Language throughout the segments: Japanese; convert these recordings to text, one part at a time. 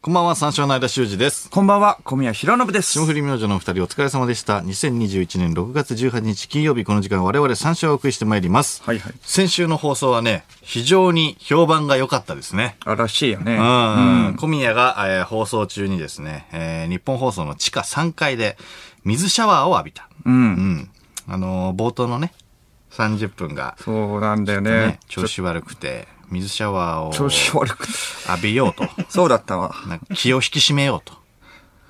こんばんは、三章の間修二です。こんばんは、小宮浩信です霜。降り明星のお二人お疲れ様でした。2021年6月18日金曜日この時間我々三章をお送りしてまいります。はいはい先週の放送はね、非常に評判が良かったですね。あらしいよね。うん、小宮が、えー放送中にですね、えー日本放送の地下3階で水シャワーを浴びた。うんうんあのー冒頭のね、30分が、そうなんだよねね。調子悪くて、水シャワーを調子 悪くて。浴びようと。そうだったわ。なんか気を引き締めようと。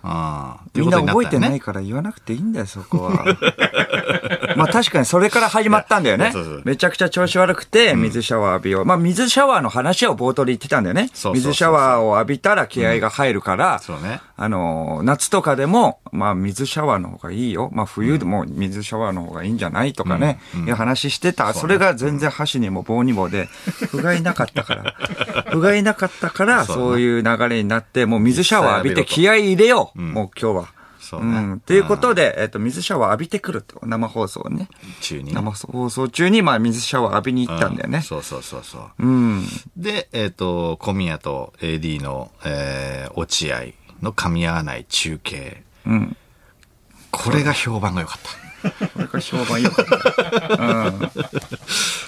ああ、というみんことなになっ覚えたてよないね。から言わなくていいんだよ、そこは。 まあ確かにそれから始まったんだよい ねやそうそう。めちゃくちゃ調子悪くて、水シャワー浴びよう。まあ水シャワーの話を冒頭で言ってたんだよねそうそ。うそうそう水シャワーを浴びたら気合が入るからそうね、あの、夏とかでも、まあ水シャワーの方がいいよ。まあ冬でも水シャワーの方がいいんじゃないとかね、いう話してた。それが全然箸にも棒にもで、不甲斐なかった から。不甲斐なかったかそら、うだなそういう流れになって、もう水シャワー浴びて気合い入れよう。もう今日は。そうねん。ということで、えっと、水シャワー浴びてくると。生放送ね。中にね。生放送中に、まあ、水シャワー浴びに行ったんだようね。そうそうそうそう。うん。で、えっ、と、小宮と AD の、えー、落合の噛み合わない中継。うん。これが評判が良かった。これから評判よかった。うん。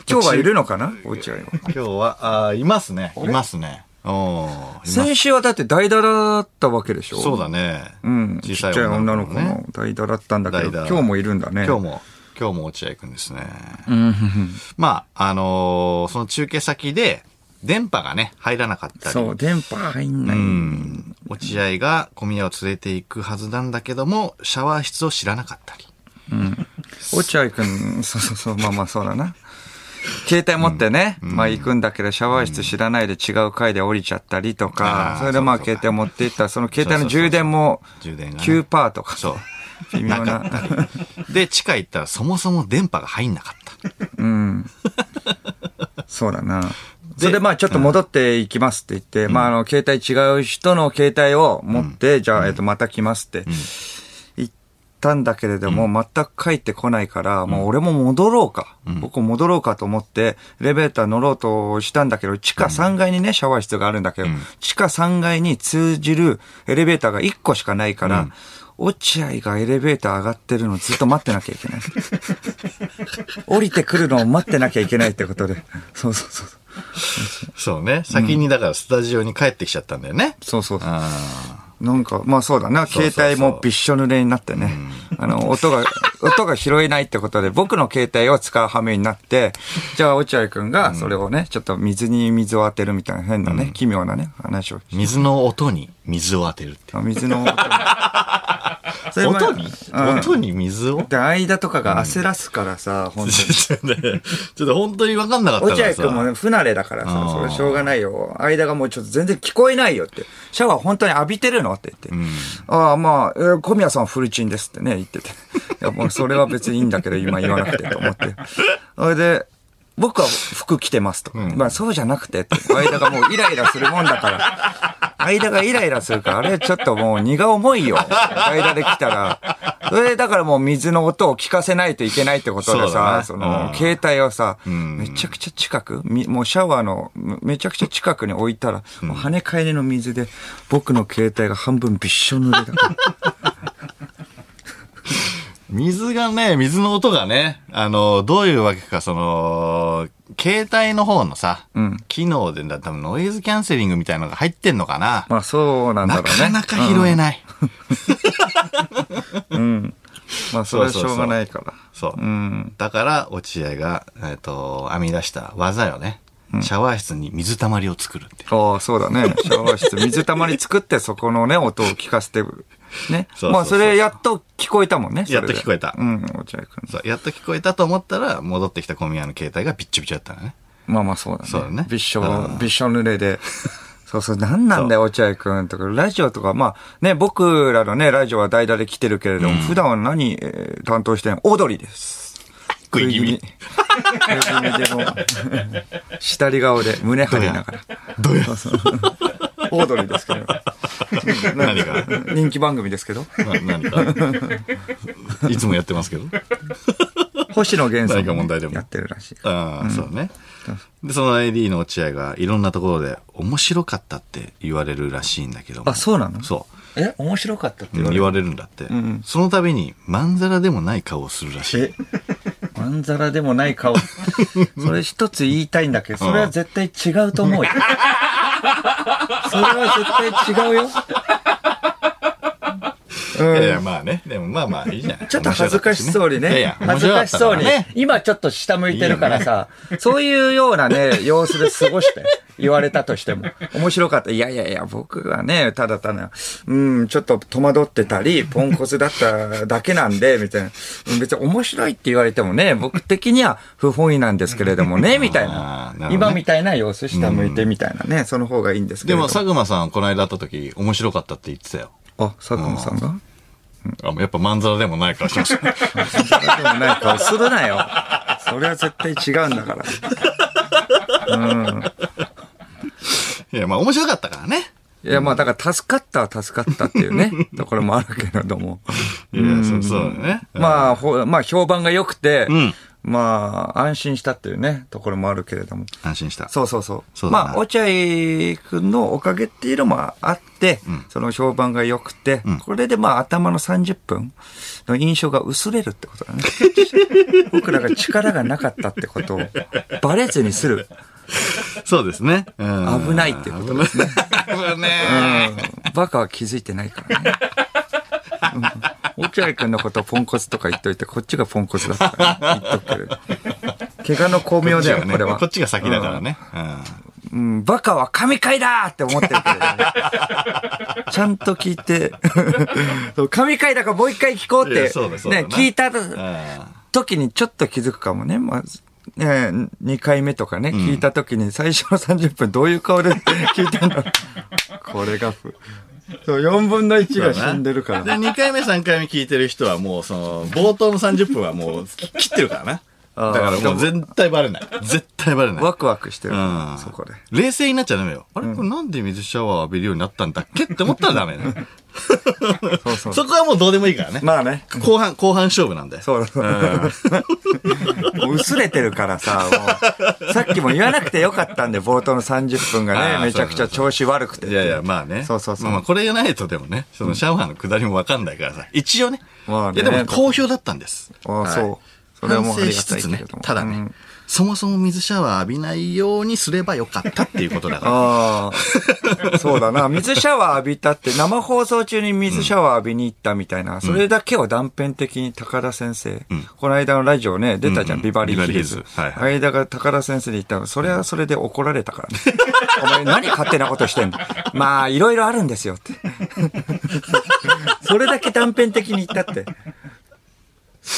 今日はいるのか な落合は。今日は、あーいますね。いますね。おーいます先週はだって代打だったわけでしょそうだ。だね。うん。ちっちゃい女の子ねの代打だったんだけど、代打今日もいるんだね。今日も、今日も落合くんですね。うん。まあ、あのーその中継先で、電波がね、入らなかったり。そう、電波入んない。うん。落合が小宮を連れて行くはずなんだけども、シャワー室を知らなかったり。落合くん、そうそうそう、まあまあそうだな。携帯持ってね、まあ行くんだけど、シャワー室知らないで違う階で降りちゃったりとあかー、それでまあそうかそう携か帯持っていったら、その携帯そのうそうそう充電も充電が、ね。 9%とか、そう。微妙な。で、地下行ったらそもそも電波が入んなかった。うん。そうだな。それでまあちょっと戻っていきますって言って、まああの、携帯違う人の携帯を持って、じゃあ、えっと、また来ますって言ったんだけれども、全く帰ってこないから、もう俺も戻ろうか。僕も戻ろうかと思って、エレベーター乗ろうとしたんだけど、地下3階にね、シャワー室があるんだけど、地下3階に通じるエレベーターが1個しかないから、落合がエレベーター上がってるのずっと待ってなきゃいけない。降りてくるのを待ってなきゃいけないってことで。そうそうそう。そうね。先にだからスタジオに帰ってきちゃったんだよね。そうそうそう。あなんか、まあそうだな。うそう携帯もびっしょ濡れになってね。あの、音 が、音が拾えないってことで、僕の携帯を使う羽目になって、じゃあ、落合くんがそれをね、ちょっと水に水を当てるみたいな変なね、奇妙なね、話を。ー水の音に水を当てるって。あ水の音に それも音にうん音に水をで、間とかが焦らすからさ、本当に。 ちょっとねちょっと本当に分かんなかったか落合らさ。君もね不慣れだからうさん、それしょうがないよ。間がもうちょっと全然聞こえないよって。シャワー本当に浴びてるのって言って。ああ、まあ、えー小宮さんはフルチンですってね、言ってて。いや、もうそれは別にいいんだけど、今言わなくてと思って。それで、僕は服着てますと。まあそうじゃなくてって。間がもうイライラするもんだから。間がイライラするから、あれちょっともう荷が重いよ。間で来たら。それでだからもう水の音を聞かせないといけないってことでそうださ、ねそうんの、携帯をさ、んめちゃくちゃ近く、みもうシャワーの、めめちゃくちゃ近くに置いたら、もう跳ね返りの水で、僕の携帯が半分びっしょ濡れだ から。水がね、水の音がね、あの、どういうわけか、その、携帯の方のさ、ん機能でだ、多分ノイズキャンセリングみたいなのが入ってんのかな。まあそうなんだろなうね。かなか拾えい。ない。まあそれはそしうそうそうょうがないから。そう。うん。だから、落合が、えっ、と、編み出した技よね。シャワー室に水たまりを作るって。ああ、そう だね。シャワー室、水たまり作って、そこのね、音を聞かせて、ね。そうそうそうまあそれやっと聞こえたもんね。やっと聞こえたそれでうん、落合君。そう、やっと聞こえたと思ったら、戻ってきた小宮の携帯がビッチョビチョだったのね。まあまあそうだね。そうだねびっしうょん、びっしょ濡 れで。そうそう、なんなんだよ、落合くんとか、ラジオとか、まあね、僕らのね、ラジオは代打で来てるけれども、普段は何、えー担当してんのオードリーです。食い気味。食い気味でもう、 下り顔で、胸張りながら。どうやそうそうオードリーですけど。何が 人気番組ですけど。 な何かいつもやってますけど。星野源さん何か問題でもやってるらしい。ああ、そうね。で、その AD の落合がいろんなところで面白かったって言われるらしいんだけどもあ、そうなのそえ、面白かったってう。言われるんだって。その度に、まんざらでもない顔をするらしい。え、まんざらでもない 顔。それ一つ言いたいんだけど、それは絶対違うと 思うよ。それは絶対違うよ。いやいや、まあね。でもまあまあいいじゃん。 ちょっと恥ずかしそうにね。いやいや、面恥ず白っかしたそうらに。ね。今ちょっと下向いてるからさ、そういうようなね、様子で過 ごして、言われたとしても。面白かった。いやいやいや、僕はね、ただただ、うん、ちょっと戸惑ってたり、ポンコツだっただけな んで、みたいな。うん別に面白いって言われてもね、僕的には不本意なんですけれど もね、みたいあなーなるほど。ね今みたいな様子下向いてみたいなね、その方がいいんですけでれもども。佐久間さん、この間会った時、面白かったって言ってたよ。あ、佐久間さん があやっぱまんざらでもない顔しま した。でもない顔するなよ。それは絶対違うんだから。いや、まあ面白かったからね。いや、まあ、だから、助かったは助かったって いうね、ところもあるけれども。いや、そうそうだね。まあ、ほまあ、評判が良くて、んまあ、安心したっていうね、ところもあるけれども。安心した。そうそうそう。そうだなまあ、落合くんのおかげっていうのもあって、その評判が良くて、これでまあ、頭の30分の印象が薄れるってこと だね。僕らが力がなかったってことを、バレずにする。そうですね。うん危ないっていうことですね。 危ねバカは気づいてないからね。うん落合君のことポンコツとか言っといて、こっちがポンコツだったから、ね、言っとくけど。怪我の巧妙だよ、これは。 こっちが先だからね。うん、バカは神回だって思ってるけど、ね、ちゃんと聞い て、そう神回だからもう一回聞こうっいてやそうだそうだねな、聞いたうんうん時にちょっと気づくかもね。まずね、2回目とかね、聞いた時に最初の30分どういう顔で 聞いたんだろうこれがふ、そう、4分の1が死んでるから。で、2回目、3回目聞いてる人はもう、その、冒頭の30分はもう、き切ってるからな。あーだからもう絶対バレない。絶対バレないワ。クワクしてるうん。そこで。冷静になっちゃダメよ。あれこれなんで水シャワー浴びるようになったんだっけって思ったらダメね。そうそ う。そこはもうどうでもいいからね。まあね。後半、後半勝負なんで。そうだそうだ。もう薄れてるからさ、もう、さっきも言わなくてよかったんで、冒頭の30分があね、ーめちゃくちゃ調子悪くて。いやいや、まあね。そうそうそうまあまあ、これがないとでもね、そのシャワーの下りもわかんないからさ、一応ね。まあねいや、でも好評だったんです。あーはいそうそれはもうあ反省りがしたいつつけねれども、ただね、うんそもそも水シャワー浴びないようにすればよかったっていうこと だかああ、 そうだな。水シャワー浴びたって、生放送中に水シャワー浴びに行ったみたいな、それだけは断片的に高田先生、この間のラジオね、出たじうんうゃん、んビバリーヒルビズバリー。ヒルズはいは間が高田先生に言ったら、それはそれで怒られたからね。 お前何勝手なことしてんのまあ、いろいろあるんですよって。 それだけ断片的に言ったって。好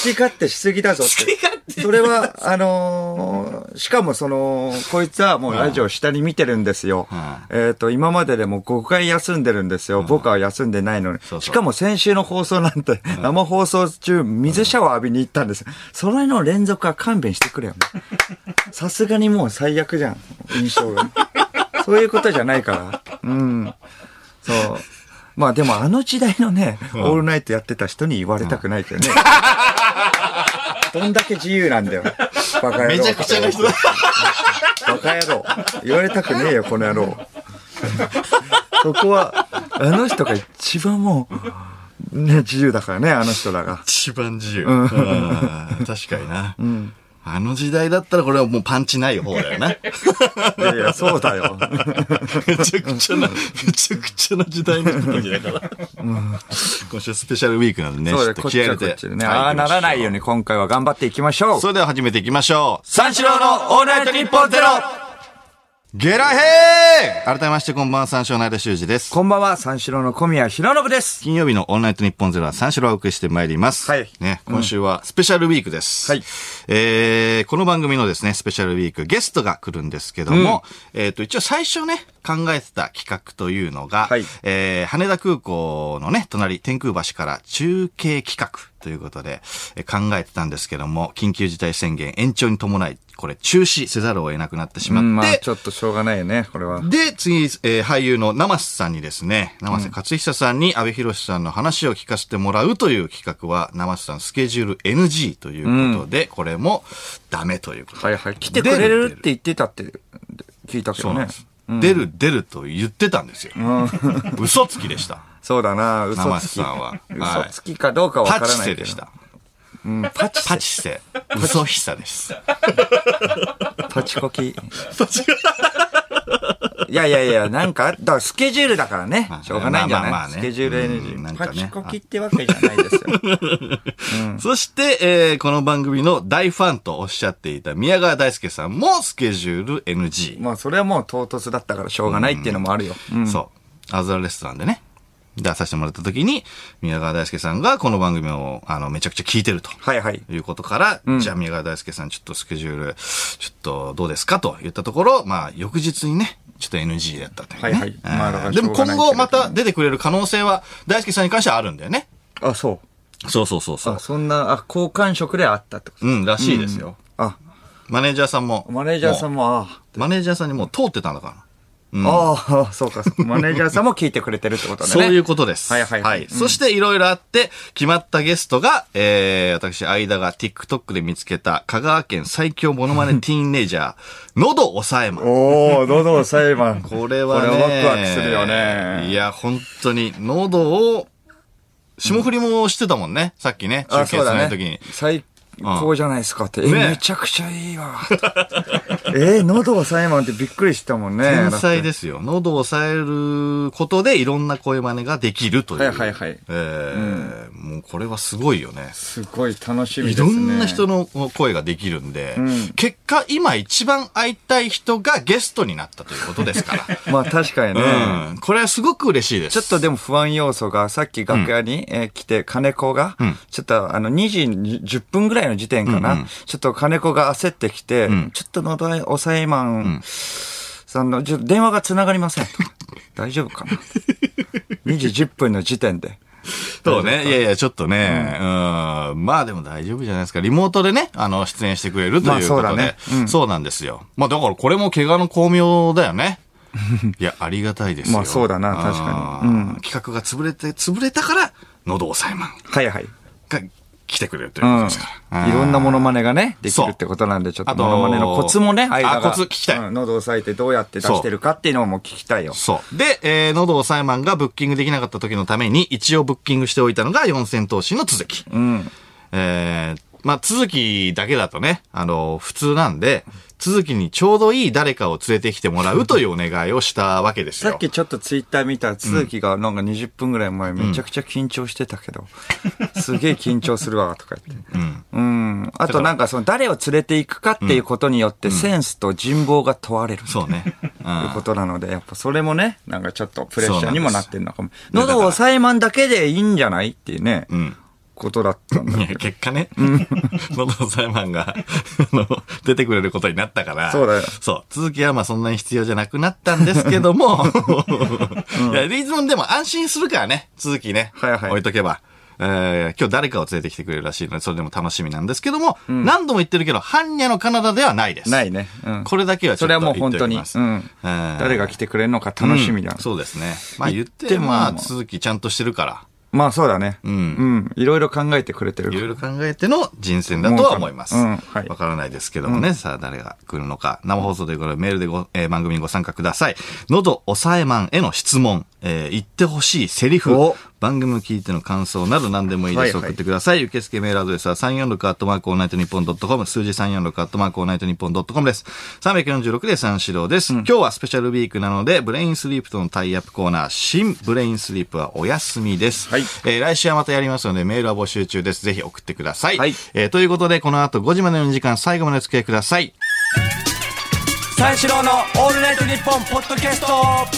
き勝手しすぎだぞって。それは、あのーしかもその、こいつはもうラジオ下に見てるんですよ。はえっ、と、今まででも5回休んでるんですよ。僕は休んでないのに。そうそうしかも先週の放送なんて、生放送中、水シャワー浴びに行ったんです。それの連続は勘弁して くれよ。さすがにもう最悪じゃん。印象が。そういうことじゃないから。うん。そう。まあでもあの時代のね、オールナイトやってた人に言われたくないけど ね。どんだけ自由なんだよ。バカ野郎。ら。めちゃくちゃな人だ。バカ野郎。言われたくねえよ、この野郎。そこは、あの人が一番もう、ね、自由だからね、あの人らが。一番自由。うん確かにな。あの時代だったらこれはもうパンチない方だよ な。いやいや、そうだ よ。めちゃくちゃな、めちゃくちゃな時代の時だから。今週スペシャルウィークなんでね、ちそうょだっよ、とこっ気ち合は入こっれちて。でね。ああ、ならないように今回は頑張っていきましょう。それでは始めていきましょう。三四郎のオールナイトニッポンゼロゲラヘー改めましてこんばんは、三章の間修二です。こんばんは、三四郎の小宮弘信です。金曜日のオンライト日本ゼロは三四郎をお送りしてまいります。はいね、今週はスペシャルウィークです。はいえー、この番組のですね、スペシャルウィーク、ゲストが来るんですけども、えっ、と、一応最初ね、考えてた企画というのが、はいえー羽田空港のね、隣、天空橋から中継企画ということで、えー考えてたんですけども、緊急事態宣言延長に伴い、これ中止せざるを得なくなってしまって、うんまあ、ちょっとしょうがないよね、これは。で、次、えー俳優の生瀬さんにですね、生瀬勝久さんに安倍博さんの話を聞かせてもらうという企画は、生瀬さんスケジュール NG ということで、これもダメということではいはい。来てくれるって言ってたって聞いたけそどうなんねで。す。出る出ると言ってたんですよ。 嘘つきでした。そうだな、嘘生瀬つき。さんははい嘘つきかどうかわかパらチないセけでど。した。うん、パチセパチセ。嘘ひさです。パチコキ。いやいやいや、なんか、だからスケジュールだからねまあ。しょうがないんじゃない、まあまあまあねスケジュールうんなん NG。かパねチコキってわけじゃないですよ。そして、えーこの番組の大ファンとおっしゃっていた宮川大輔さんもスケジュール NG。まあ、それはもう唐突だったからしょうがないっていうのもあるよ。うんそう。アズラレストランでね、出させてもらった時に、宮川大輔さんがこの番組を、あの、めちゃくちゃ聞いてると。はいはい。いうことから、じゃあ宮川大輔さんちょっとスケジュール、ちょっとどうですかと言ったところ、まあ翌日にね、ちょっと NG だったというね。はいはいまあだからうんでもしょうがな今いけれ後どまた出てくれる可能性は、大輔さんに関してはあるんだよね。あ、そそうそうそうう。そあ、う。そんな、あ、好感触であったってことうん、らしいですよ。あ、マネージャーさんも。マネージャーさんもも、あう。マネージャーさんにもう通ってたんだから。ああ、そうか、そうかマネージャーさんも聞いてくれてるってことね。そういうことです。はいはいはいうんそしていろいろあって、決まったゲストが、えー、私、間が TikTok で見つけた、香川県最強モノ マネティーンネイジャー、喉抑えまん。おお、どうぞ、裁判。これはね。これワクワクするよねいや、本当に、喉を、霜降りもしてたもんね。さっきね、中あ、継そうしなだい時に。ね。最高じゃないですかって。え、ねめちゃくちゃいいわ。え、喉を裁判ってびっくりしたもんね。天才で。ですよ。喉を抑えることでいろんな声真似ができるという。はいはいはいえーもうこれはすごいよね。すごい楽しみでいすろね。んな人の声ができるんで、ん結果今一番会いたい人がゲストになったということですかまあ確かにね。 ら。うん。これはすごく嬉しいです。ちょっとでも不安要素が、さっき楽屋に、えー来て、金子が、ちょっとあの、2時10分ぐらいの時点かな、ちょっと金子が焦ってきて、ちょっと喉押さえマン、さんの、ちょっと電話が繋がりませんと。 大丈夫かな ?2 時10分の時点で。そうね。いやいや、ちょっとね、うん、まあでも大丈夫じゃないですか。リモートでね、あの、出演してくれるとまあいうことで。そうだねうんそうなんですよ。まあだからこれも怪我の巧妙だよ ね。いや、ありがたいですよ。まあそうだな確かにうん。企画が潰れて、潰れたから、喉押さえマンはいはい。が来てくれるといううことんですから。う。いろんなモノマネがね、できそうるってことなんで、ちょっとあとモノマネのコツもね、間があコツ聞きたいうん喉押さえてどうやって出してるかっていうのも聞きたいよ。そう。で、えー、喉押さえマンがブッキングできなかった時のために、一応ブッキングしておいたのが四千頭身の続き。うん。えー、まあ、続きだけだとね、あの、普通なんで、続きにちょうどいい誰かを連れてきてもらうというお願いをしたわけですさよ。っきちょっとツイッター見た続きがなんか20分ぐらい前めちゃくちゃ緊張してたけど、すげえ緊張するわとか言って。うん。あとなんかその誰を連れていくかっていうことによってセンスと人望が問われる。とそうね。う。いうんことなので、やっぱそれもね、なんかちょっとプレッシャーにもなってんのかも。そうなんです喉を抑えまんだけでいいんじゃないっていうね、んことだったんだいや、結果ね、 喉押さえマンが、あの、出てくれることになったから、そうだよそう。続きはまあそんなに必要じゃなくなったんですけども、 いや、リズムでも安心するからね、続きね、はいはい置いとけば。えー今日誰かを連れてきてくれるらしいので、それでも楽しみなんですけども、何度も言ってるけど、般若のカナダではないです。ないね。うん。これだけはちょそっれはもとう言っ本てお当きに、ます。うん。誰が来てくれるのか楽しみだうん。そうですね。まあ言っ言ってて、もまあ続きちゃんとしてるから、まあそうだね。うん。いろいろ考えてくれてるいろいろ考えての人選だとは思います。うわ、んはいからないですけどもね、さあ誰が来るのか、生放送ということでメールでご、えー番組にご参加ください。喉抑えマンへの質問、えー言ってほしいセリフお、番組を聞いての感想など何でもいいです。はいはい送ってください。受付メールアドレスは346アットマークオールナイトニッポンドットコム、数字346アットマークオールナイトニッポンドットコムです。346で三四郎です、今日はスペシャルウィークなので、ブレインスリープとのタイアップコーナー、新ブレインスリープはお休みです。はいえー来週はまたやりますので、メールは募集中です。ぜひ送ってください。はいえーということで、この後5時までの時間、最後までお付き合いください。三四郎のオールナイトニッポンポッドキャスト